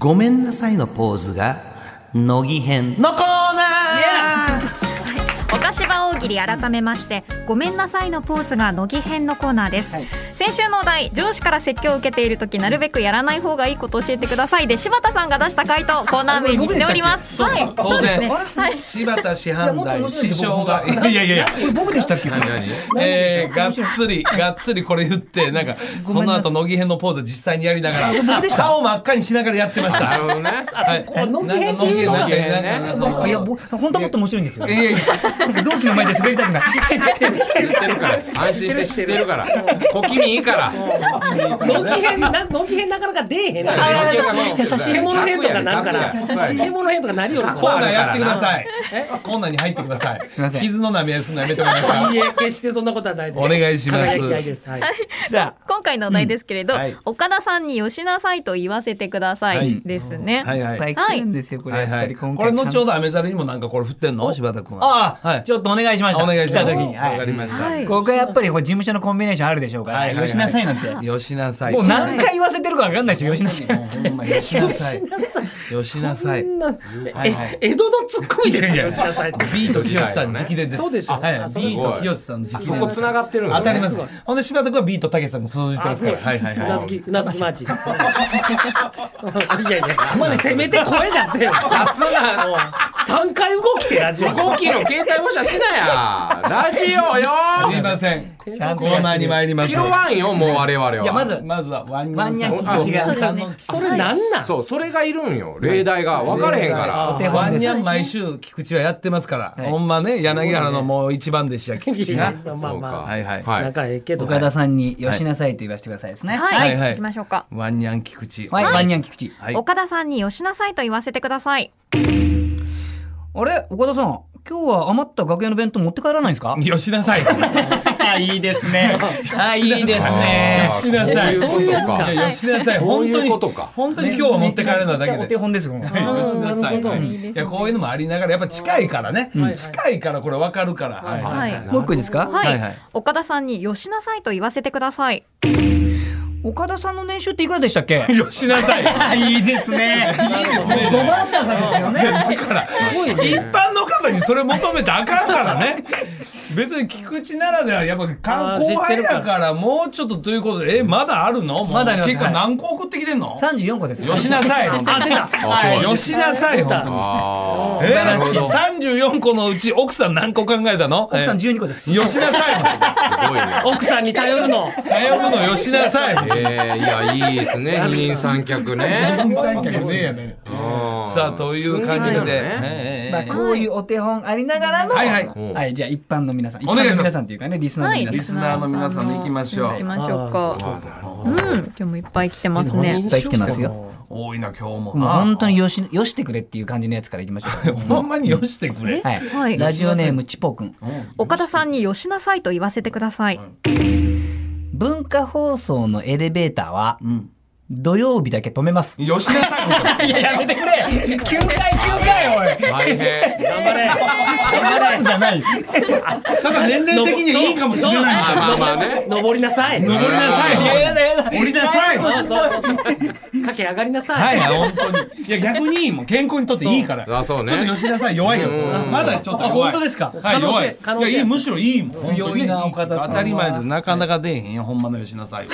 ごめんなさいのポーズが、乃木編のコーナーお菓子場大喜利改めましてごめんなさいのポーズが乃木編のコーナーです、はい先週のお題上司から説教を受けている時なるべくやらない方がいいことを教えてくださいで柴田さんが出した回答コーナー名にしておりますあはれい当そうですね然、はい柴田師いやも範っと面代白い師匠が、僕いやいやいやいや。これ僕でしたっけ何々えー、がっつり、がっつりこれ言って、なんか、ごそめんのなさい後、乃木編のポーズ実際にやりながら、顔真っ赤にしながらやってました。なるほどね。はいこ乃木編っていうのなんか乃木編な乃木編ねんかなんかいや、僕本当はもっと面白いんですよい。やいや同期の前で滑りたくない。言ってるから。安心して知ってるから。小気味いいから。のぎ編なのぎ編なかなか出えへんな獣編とかなるから獣編とかなりよるコーナーかやってください。コーナーに入ってください。すいません傷の舐め合いするのやめてくださらいいい。え決してそんなことはないですお願いします輝き合いですはいさあ、今回のお題ですけれど、うんはい岡田さんによしなさいと言わせてくださはいいですね、はいはいいっぱい来てるんですよ、これ。はいはやっぱりい。今これ回後ほどアメザルにもなんかこれ振ってんの柴田君は。ああ、はいちょっとお願いしました。お願いします。来た時に。わかりはましはいた。い。ここはやっぱりこう事務所のコンビネーションあるでしょうから、はいはいはいよしなさいなんて。よしなさい。もう何回言わせてるかわかんないでしょ、よしなさい。もうほんまよしなさい吉。田さんよしなさいそ。んなはいはいえ江戸のツッコミですいやいよや吉田さんってビートきよしさん直伝です。そうでしょはいあ。ビそうですートきよしさん直伝です。そこ繋がってるのね当たりますすごい。ほんで柴田君はビートたけしさんの続いてあますすごかいら。はいはいうなずはきい。うなずきマー チいやいやせめて声出せよ雑なもう三回動きてラジオ動きの携帯模写しなや。ラジオよ。すいません。コちゃんとーナーに参ります。拾わんよもう我々は。いや、まず、まずはワンニワンニャャンンキキーー違うささんんののそれなんなんそうそれがいるんよ。例題が分かれへんから。お手本ワンでニす。ャン毎週菊池はやってますから、はいほんまね柳原のもう一番弟子や菊池いやがまあまあまあはいはいはい。仲ええけど岡田さんによしなさいと言わせてくださいですね。はい、はいはい行きましょうか、ワンニャン菊池はい、ワンニャン菊池。はい岡田さんによしなさいと言わせてくださいあれ岡田さん、今日は余った楽屋の弁当持って帰らないんですかよしなさいいいですね。あ、いいですあねー。しなさいそういうことそういうやつかか。いやよしなさいこう本い当うにことか本当に今日は持って帰らないだめっちゃけおで手本ですよ。 はいよしなさなるほいどはいいいですねいやこういうのもありながらやっぱ近いからねん近いからこれ分かるからはいはいもう一個いいですかはい、はいはい岡田さんによしなさいと言わせてください岡田さんの年収っていくらでしたっけよしなさいいいいいですね。ですねど真ん中ですよね。だからすごい一ね般の方にそれ求めてあかんからね別に菊池ならではやっぱあ観ー知光ってる輩からやからもうちょっとということでえまだあるのもうまだあります結果はい何個送ってきてんの、三十四個ですよ。よしなさい本当あに出たあそうよしなさい出た本当にあえあ。なるほど。す34個のうち奥さん何個考えたの奥さんえ十二個です。よしなさい本当にごいね。奥さんに頼るの頼むのよしなさい本当にえー、いやいいですね二人三脚ね。二人三脚ねえやねさあという感じで、すごいよねええまあこういうお手本ありながらの。はいはいうんはいじゃあ一般の皆さん、一お般の願いします皆さんというかねリスナーの皆さん。リスナーの皆さんで行きましょう行きましょうあかうん今日もいっぱい来てますいねっぱい来てますよ。多いな今日ももうな本当によしよしてくれっていう感じのやつからいきましょう 。ほんまによしてくれ、はい、はいラジオネームちぽくん岡田さんによしなさいと言わせてください文化放送のエレベーターはん土曜日だけ止めます、よしなさい本当にいややめてくれ9回9回おい大 変。頑張れ止めますじゃないただ年齢的にはいいかもしれない。まあまあまあね。登りなさい登りなさいやい。やだやだ降りなさい。はそうそうそう駆け上がりなさいい、本当に。いや、逆にいいもん。健康にとっていいから。あそうねちょっと吉田さん弱いよ。うんうんうんまだちょっとあ弱本い。当ですはかい、可能性弱い。可能性いや、いい、むしろいいもん。強いな本当に岡田さんは当たり前でなかなか出えへんよ。ほんまの吉田さんは。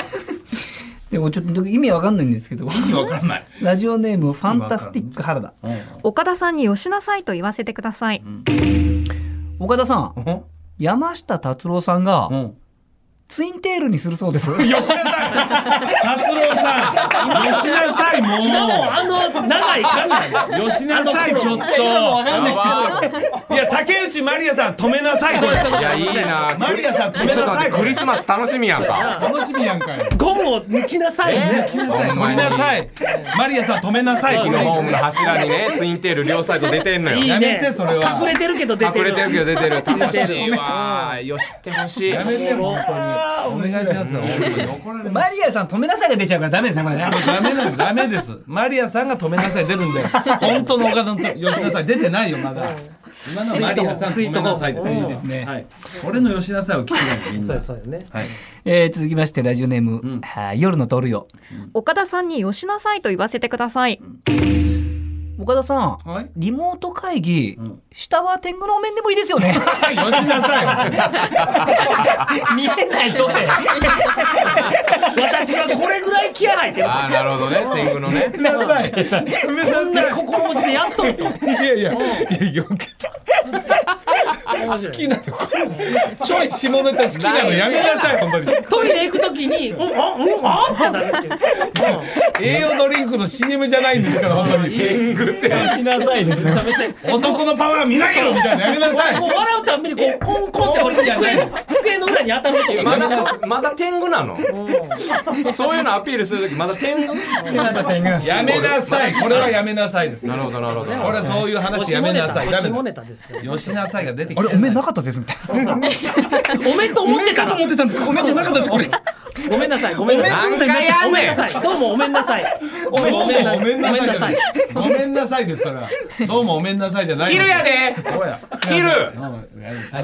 でもちょっと意味わかんないんですけどわかんない。 ラジオネームファンタスティック原田岡田さんによしなさいと言わせてください、岡田さんうん山下達郎さんがうん。ツインテールにするそうです吉田さん達郎さん吉田さんあもの長い髪なのう吉田さんちょっやばといや竹内まりやさん止めなさいいやいいな。まりやさん止めなちょっとさ待いってクリスマス楽しみやんか。楽しみやんかよゴムを抜きなさいね取りなさい。マリアさん止めなさい。ユニフォームの柱にねツインテール両サイド出てんのよ。いいやめねてそれは隠れてるけど出て隠るれてるけど出てる楽しいわよしってほしいやめて本当に。お願いしますよ。本当に怒られます。マリアさん止めなさいが出ちゃうからダメですねこれねダメなんダメです。マリアさんが止めなさい出るんで。本当の岡田の吉田さん出てないよまだ。今のはマリアさん、ごめんなさいです。水筒いいですねはい。俺の吉田さんを聞くのみんそうなよ。そうよね。はい。 えー続きましてラジオネーム、はー夜のトルよ岡田さんによしなさいと言わせてください。岡田さん、はいリモート会議、ん下は天狗のお面でもいいですよ よねしな さい。見えないとて私はこれぐらい気合入ってる。ああ、なるほどね。天狗のね。ごめんなさい。 ごめんこんななさ心持ちでやっとると。い。いやいや、いや、よけ好きな。ちょい下ネタ好きなのやめなさい、本当に。トイレ行くときに、うん、あ、うん、あってなるっていう。栄養ドリンクの CM じゃないんですから、本 当に。しなさいですね男のパワー見なげろみたいな、やめなさい。こう笑うたんびに、こう、コンコンって俺机の、机の裏に当たるっていう。まだそ、まだ天狗なの。そういうのアピールするとき、まだ天狗。やめなさい。これはやめなさいです。なるほど、なるほど。これはそういう話やめなさい。ダメ下だネタですよ。よしなさいが出てきあてなれい。お面なかったですみたいなおめんと思ってたと思ってたんですか。おめんじゃなかったです。これ。ごめんなさい。ごめんなさい。おめんちょっとやんねんごめんなさい。どうもおめんなさい。ごめんなさい。ごめんなさい。ごめんなさいです、それは。どうもおめんなさいじゃない。昼や。で。そうや。昼。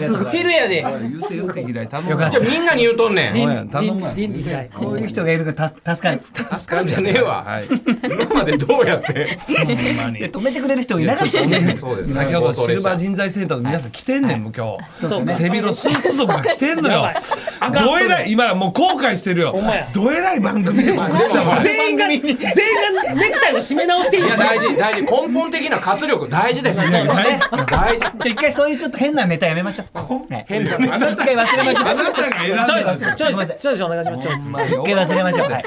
すぐ昼やで。言うて言うて嫌い頼むじゃ、みんなに言うとんねん。そうや頼むわ倫理以外。 こういう人がいるからた助かる助かんじゃねえわ。はい。今までどうやって。止めてくれる人いなかったんですそうです。先ほどシルバー人。人材センターの皆さん来てんねん、もう今そう日。ね背広スーツ族が来てんのやよばい。あかんどえらい、今もう後悔してるよほんまや。どえらい番組でしたわ全員が、全員がネクタイを締め直していいいや、大事、大事、根本的な活力、大事です。 大事大事。じゃあ一回そういうちょっと変なネタやめましょうはい変な。あなた一回忘れましょうあなたが選んチョだんイですよス、チョイス、チョイスお願いします。チョイス。一回忘れましょうはい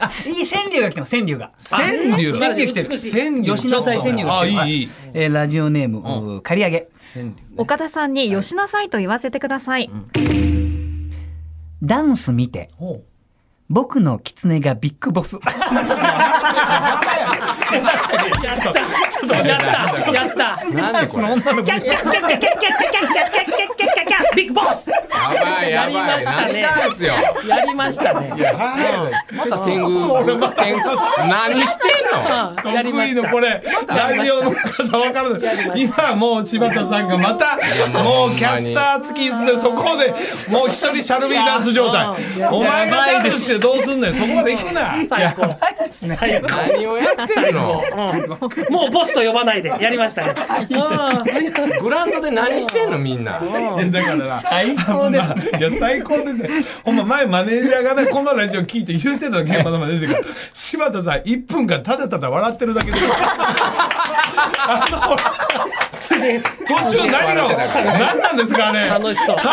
あいい川柳が来てます川柳が川柳川柳来てる川柳吉野菜川柳があい来てますいいいえーラジオネームうー刈り上げ岡田さんによしなさいと言わせてください。ダンス見てほ僕の狐がビッグボ スやったやったやったキャッキャッキャッキャッキャッキャッキャッキャッキャッキャッキャッキャッキャッなんでこれ。やキャッビッグボスばい、やばい。やりましたねなんですよ。やりましたね。また天狗。天狗。何してんの。やりまし得意のた。これラジオの方わかる今もう柴田さんがまたもうキャスター付き椅子でそこでもう一人シャルビーダンス状態お前がダンスしてどうすんねんそこまで行くな最高。最高。何をやってんうの。んもうボスと呼ばないでやりま したね。うんグラウンドで何してんの、みんな。だからな最高ですいや最高ですねほんま前マネージャーがねこのラジオ聞いて言うてたの現場のマネージャーが柴田さん1分間ただただ笑ってるだけであの途中何が何なんですかあれ楽しそうただ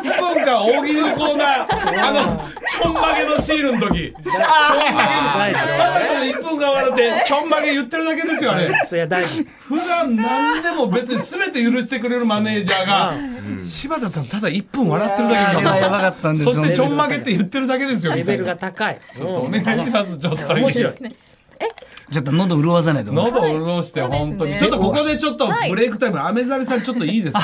1分間大喜利のコーナーあのちょんまげのシールの時ちょんま大げ丈のただただ1分間笑ってちょんまげ言ってるだけですよあれ夫。いや大丈夫です。普段何でも別に全て許してくれるマネージャーが、柴田さんただ1分笑ってるだけあれはやばかかったんですそよしてちょんまげって言ってるだけですよレみたベいルなが高い。うんお願いしますちょっと面白い。ちょっと喉潤わさないと喉を潤して本当に、ちょっとここでちょっとブレイクタイム雨ざりさんちょっといいですか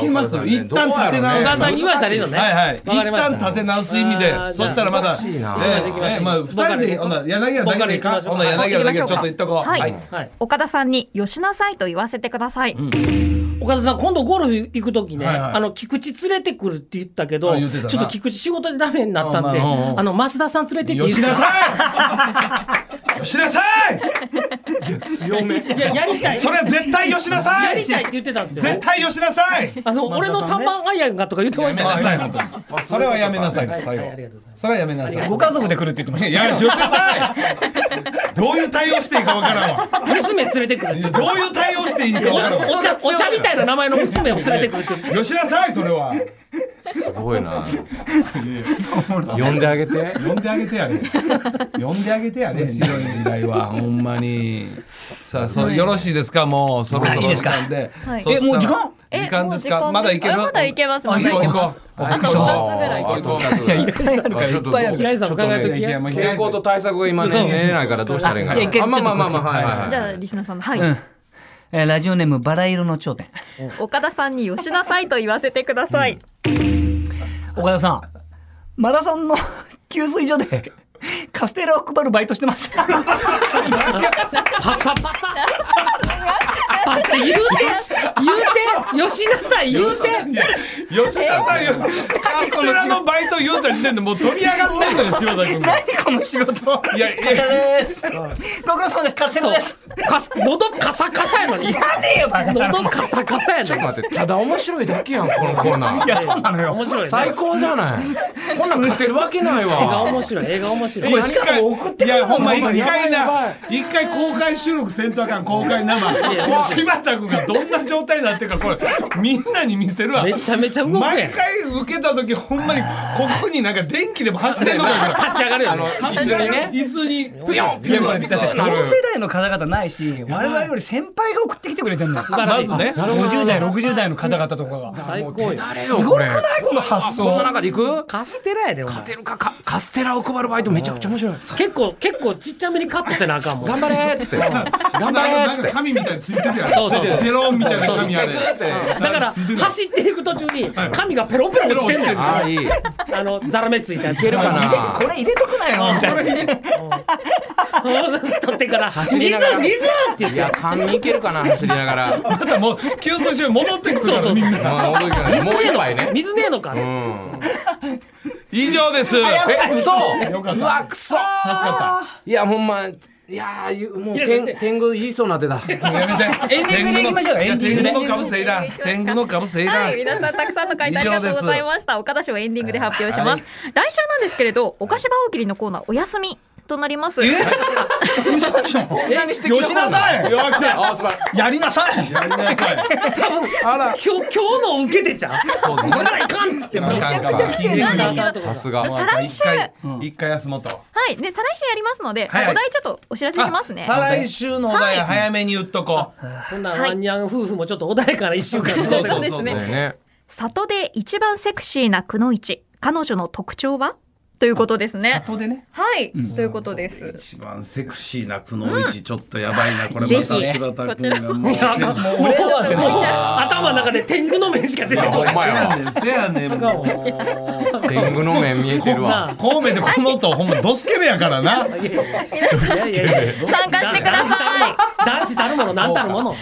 いけますよ一旦立て直どうやおろうね母さんに言わしたらいいのね。はいはい、一わかりました旦立て直す意味あーじゃであそしたらまだしいなええええまあ、僕2から人でほな柳原だけでい僕から行いかきましょうほな柳原だけでちょっと言っとこうはいはい。岡田さんによしなさいと言わせてください。岡田さん、今度ゴルフ行くときね、はいはいあの、菊池連れてくるって言ったけど、あちょ言ってたっなと菊池仕事でダメになったんで、あまあうんうんあの、増田さん連れてっていいです吉田かさん 吉田さんいや強めいや、やりたい。それは絶対吉田さんやりたいって言ってたんですよ絶。対吉田さんやあの、俺の3番アイアンがとか言ってまめしたなね。さい本当にそれはやめなさいですはい最はいありが後とうございますそれはやめなさいご家族で来るって言ってましたいや吉田さんどういう対応していいかわからんわ娘連れてくるって。どういう対応していいかわからんわお茶、お茶みたいな名前の娘を連れてくるって。吉田さんそれはすごいな。呼んであげて。呼んであげてやれ呼んであげてやれ白い時代はほんまにさあそよろしいですかもうそろそろ時間ではいそしたらえもう時間え時間ですもう時か間まだいけるあまだいけますあ行こう行こうあと二つぐらいあと二つぐらい。ちょっとどう平井さん伺いときいやいやや。もう健康と対策が今ね、寝れないからどうしたらいいんかじゃあ一な。回あ、まあまあまあまあ、はいはいじはゃあリスナーさんのはい、うんえーラジオネームバラ色の 頂点岡田さんによしなさいと言わせてください。岡田さんマラソンの 給水所でカステラを配るバイトして ますパサパサ。パって言うて、言うて、しなさい言うて吉田さんよ、カステラのバイト言うた時点でもう飛び上がってんのよ、柴田君が。何この仕事いや、いやですご苦労様ですカステそラうですかす喉カサカサやのにやねえよバカな喉カサカサやちょっとのに待って、ただ面白いだけやん、このコーナいー。やそうなのよ面白いね最高じゃ ない。こんなん勝てるわけない映画面わ。白い映画面白いこれしかも送っていやほんま一やばい回やばな一回公開収録せんとあかん公開や生柴田君がどんな状態になってるかこれみんなに見せるわめちゃめちゃ動くや毎ん回受けた時ほんまにここになんか電気でも走ってんのかから立ち上がるよあの、ね椅子にね。椅子にピヨンピヨンピヨンってな同る世。代の方々ないし我々より先輩が送ってきてくれてるんだ晴らしいまずね50代60代の方々とかが最高や誰よすごこくれないこの発こんな想中で行くカステラやでお前勝てるかかカステラを配るバイトめちゃくちゃ面白い。結構結構ちっちゃめにカットせなあかんもん頑張れーっ つって。頑張れなーんっかなつってんか。紙みたいについてるやんそうそうそうペロンみたいな紙あれそうそうだからついてる走っていく途中に髪がペロンペロン落ちてんねんあああ、いい。いのザラメつい たやつけるかなこれ入れとくなよみたいな取ってから走水り水なっがらて言っいや、勘にいけるかな、走りながら。もう、あなたもう給水中に戻ってくるからみんな驚きないもう一杯てね。水ねえのかっつっうてん。以上ですえ、嘘よかったうわ、くそ助かいや、ほんま、いやー、ゆもう、いや天天狗言いそうになってた。ったやめてエンディングでいきましょうエンディングの株せいらん天狗の株せいらはんい、皆さんたくさんの回答ありがとうございました。岡田賞エンディングで発表します。はい来週なんですけれど、お菓子場大喜利のコーナーお休みとなります。よっしゃあ、素晴ら吉田さんしい。やりなさいやりなさいあ今ら日今日の受けてちゃうこれはいかんっつってめめちちゃゃくちゃ来てるなんですけどさすが。再来週一回一回休もうとはい、で再来週やりますので、はいお題ちょっとお知らせしますね。再来週のお題はい早めに言っとこうこんなんワンニャン夫婦もちょっと穏やかな一週間過ごせそうるですねね。里で一番セクシーなくのいち、彼女の特徴はということですね。でねはい、ということです。一番セクシーなくの位置ちょっとやばいなこれぜまひた柴田君がもう もうもうせな頭の中で天狗の面しか出てこほんないませやや。ねんせやねんもう天狗の面見えてるわ。孔明でこの音ほんまドスケベやからなないやいやいや参加してください。男子たるものなんたるものお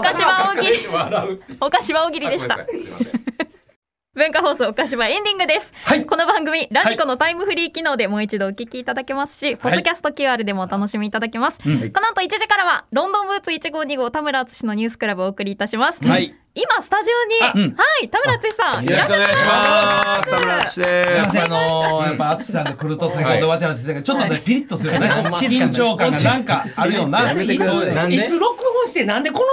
菓子場大喜利、笑う。お菓子場大喜利でした。文化放送お菓子場エンディングです、はいこの番組ラジコのタイムフリー機能でもう一度お聞きいただけますし、ポッドキャスト QR でもお楽しみいただけます、この後1時からはロンドンブーツ1525田村淳のニュースクラブをお送りいたします、はい今スタジオに、はい田村淳さんいらっしゃい願いします田村淳ですやっぱあのーやっぱ淳さんが来ると先ほどわちゃわちゃしてたけどちょっとねピリッとするよね緊張感がなんかあるよな。いやいいなんつでいつ録音してなんでこの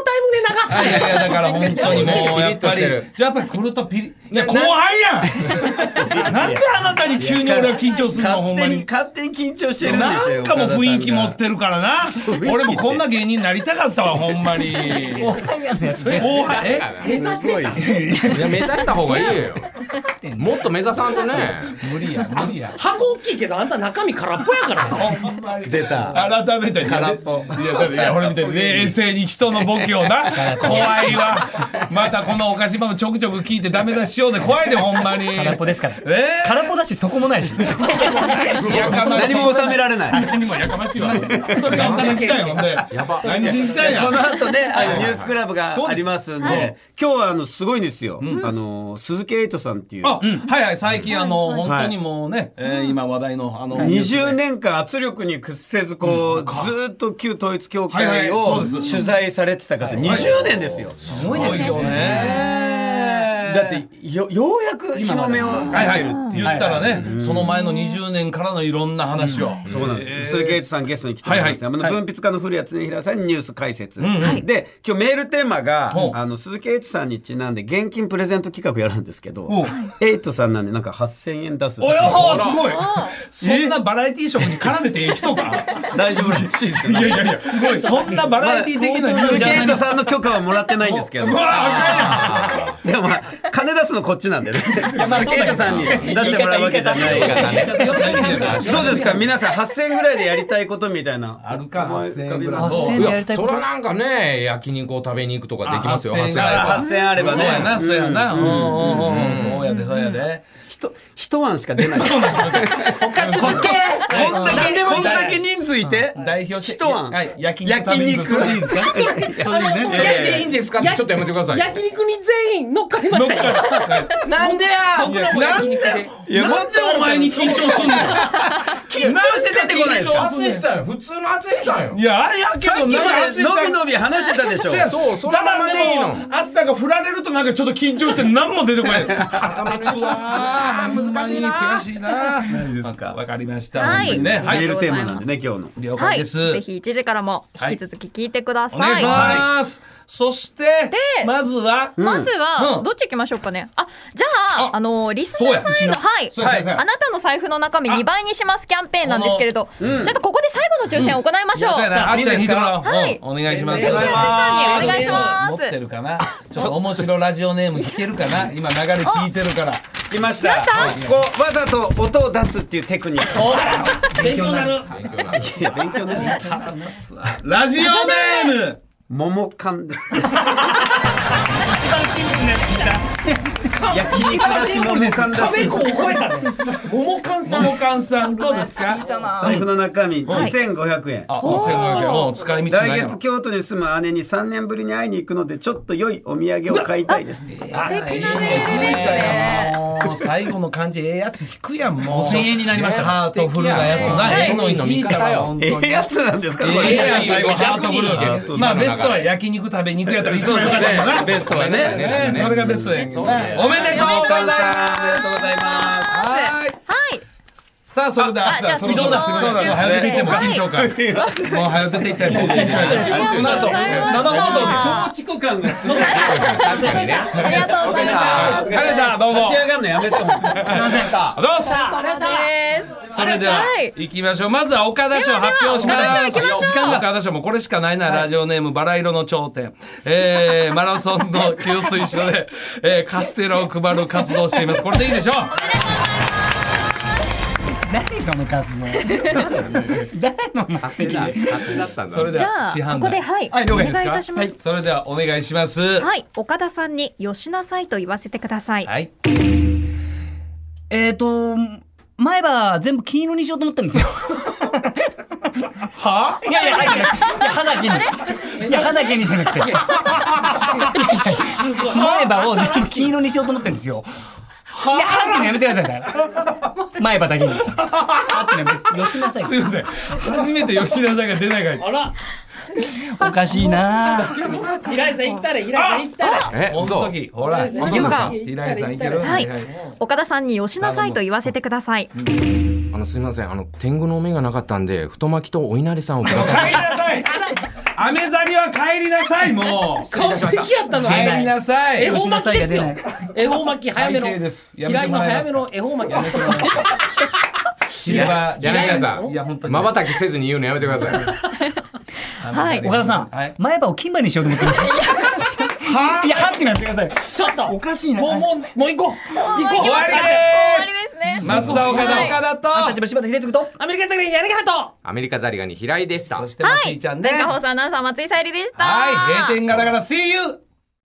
タイムで流すのやだから本当にもうやっピリッとぱしりてるじゃあやっぱり来るとピリいや後輩やんなんであなたに急に俺は緊張するのほんまに勝手に緊張してなんかもう雰囲気持ってるからな俺もこんな芸人になりたかったわほんまに後輩やね後輩え目指してたいや、目指した方がいいよ。もっと目指さんとね。無理や無理や箱大きいけどあんた中身空っぽやからさ出た改めて空っぽいやだっていや俺みたいに冷静に人のボケをな怖いわまたこのお菓子場もちょくちょく聞いてダメ出しようで怖いでほんまに空っぽですからえ空っぽだしそこもないしー、やかましい何も収められない何もやかましいわそれ何しに来たんやほんでやば。何しに来たんやこの後ね、あのニュースクラブがありますんで、今日はあのすごいんですよ。あの鈴木エイトさんっていう。あ、はいはい、最近あの、本はい当にもうね、えー今話題のあの、 20年間圧力に屈せずこうずーっと旧統一教会はいはをいそうです取材されてた方20年ですよすごいよね。だってよようやく日の目をはいはい、って言ったらね、その前の20年からのいろんな話を。そうなんです。鈴木エイトさんゲストに来てもらいますね。あの文筆家の古谷恒平さんにニュース解説。で、今日メールテーマがほう、あの、鈴木エイトさんにちなんで現金プレゼント企画やるんですけどほう、エイトさんなんでなんか8000円出す。およほすごいそんなバラエティーショーに絡めてい い人か大丈夫らしいですいよ。やいやいや、すごい。そんなバラエティー的な鈴じ木ゃエイない トさんの許可はもらってないんですけどう。わあかんやんでもまあ金出すのこっちなんでね。ケイトさんに出してもらうわけじゃない言いか方らね。ね。どうですか皆さん8000円ぐらいでやりたいことみたいな。あるか8000円ぐらい思い浮かびます8000円でやりたいこといやそらなんかね、焼肉を食べに行くとかできますよ、あ8000 8000円円が8000円あればそうね。やな、そうやな。うんうんうんうん。そうやで、そうやで。一一晩しか出ない。そうなんですよ。他続け。こんだけこんだけ人数いて。代表して。一晩はい、焼肉。焼肉それでいいですかそれでい いね。それでいいんですかってちょっとやめてくださいよ。焼肉に全員乗っかりましたよ。 なんでや。僕らも焼肉で。いやなんでお前に緊張すんの。緊張して出てこないですか。淳さんよ、普通の淳さんよ。いや、あれやけさど、っきなんかまで淳さのびん。のび話してたでしょ。そうや、そう、そのたままだでいいでの。も、あすたが振られるとなんかちょっと緊張して何も出てこない。頭つ わー難しいな悔。しいな。何ですか。わかりました。は本い当にね。はい。メールテーマなんでね今日の。了は解い、です。ぜひ1時からも引き続き聞いてくださおい。願いします。そして、まずは、まずは、うんどっち行きましょうかね。あ、じゃあ、ああのーリスナーさんへの、はい、そうやそうやそうやあなたの財布の中身2倍にしますキャンペーンなんですけれど、ちょっとここで最後の抽選を行いましょう。そうやなあっちゃん引いてもらおうはいうん。お願いします。ぜひ、あっちゃんにお願いし持まってす。るかな。ちょっと面白ラジオネーム聞けるかな。今流れ聞いてるから。来ました。こうわざと音を出すっていうテクニック。勉強になる。 いや勉強になる。 ラジオネーム。桃缶です。一番シンプルなやつ聞いた。焼肉だし桃缶だし亀。子を超えたね。桃缶さん。桃缶さんどうですか。財布の中身2500円。あ、もう千五百円。もう使い道ない来やろ月京都に住む姉に3年ぶりに会いに行くのでちょっと良いお土産を買いたいです。いいですね。もう最後の感じええやつ引くやんもう。五千円になりました。ハートフルなやつな。素敵やえんえの引いたわ本当 えにえやつなんですかこええれ。やん最後ハートフル逆にいいですまあベストは焼肉食べ肉やったら一番良かったもんな。ベストはね。ねそれがベストやんけどね。おめでとうござい缶ます。さんおめでとうございます。はい。はい、さあそれではあじゃあそろ次そろのそうだもう早出ていってもはい緊張感。もう早出ていったらもう緊張感。ありがとうございます。遅刻感がすごい。確かにね。ありがとうございまありがとうございましたどうも。立ち上がるのやめて。あどうも。す。それでははい行きましょう。まずは岡田賞発表しまではではす。岡田賞行きましょう時間が岡田賞もこれしかないな、ラジオネームバラ色の頂点。えー、マラソンの給水所で、えー、カステラを配る活動をしています。これでいいでしょう。 だったんだそれでじはゃあ市販ここで台。はい了解おですか願いいたしますはそれではお願いします。はい、岡田さんによしなさいと言わせてください。はい。えっと、前歯全部金色にしようと思ったんですよ。はいやいやいやいや、歯だけに。いや、歯だけにじゃなくて。いやいや前歯を全部金色にしようと思ったんですよ。いや、歯ってのやめてくださいから。前歯だ けに。歯ってのやめて、よしなさい。すいません。初めて吉田さんが出ないから。あら、おかしいなぁ。平井さん行ったれ、平井さん行ったれ。え、このどう時、ほら、行けるか平井さんいけるはいはい岡田さんによしなさいと言わせてください。あの、すみません。あの、天狗のお面がなかったんで、太巻きとお稲荷さんをくだ さい。帰りなさいアメザリは帰りなさい、もう。顔素敵やったの。帰りなさい恵。方巻きですよよしな。恵方巻き早めの。最低ですやめ平て井ものらえま早すめの恵方巻き。平場柳田さいや、本当ん、に。まばたきせずに言うのやめてください。はい、岡田さはいん、前歯を金歯にしようと思 ったんですよ。いや、歯ってのやめてください。ちょっと。おかしいなもう、もう、もう行こう。行こ終わう。りですです。増田岡田はい岡田立場柴田秀嗣と。アメリカザリーにありがとう。 アメリカザリガニ平井でしたと。そ。して、まちいちゃんね。文化は放送アナウンサー松井さゆりでした。い、閉店ガラガラ、See you!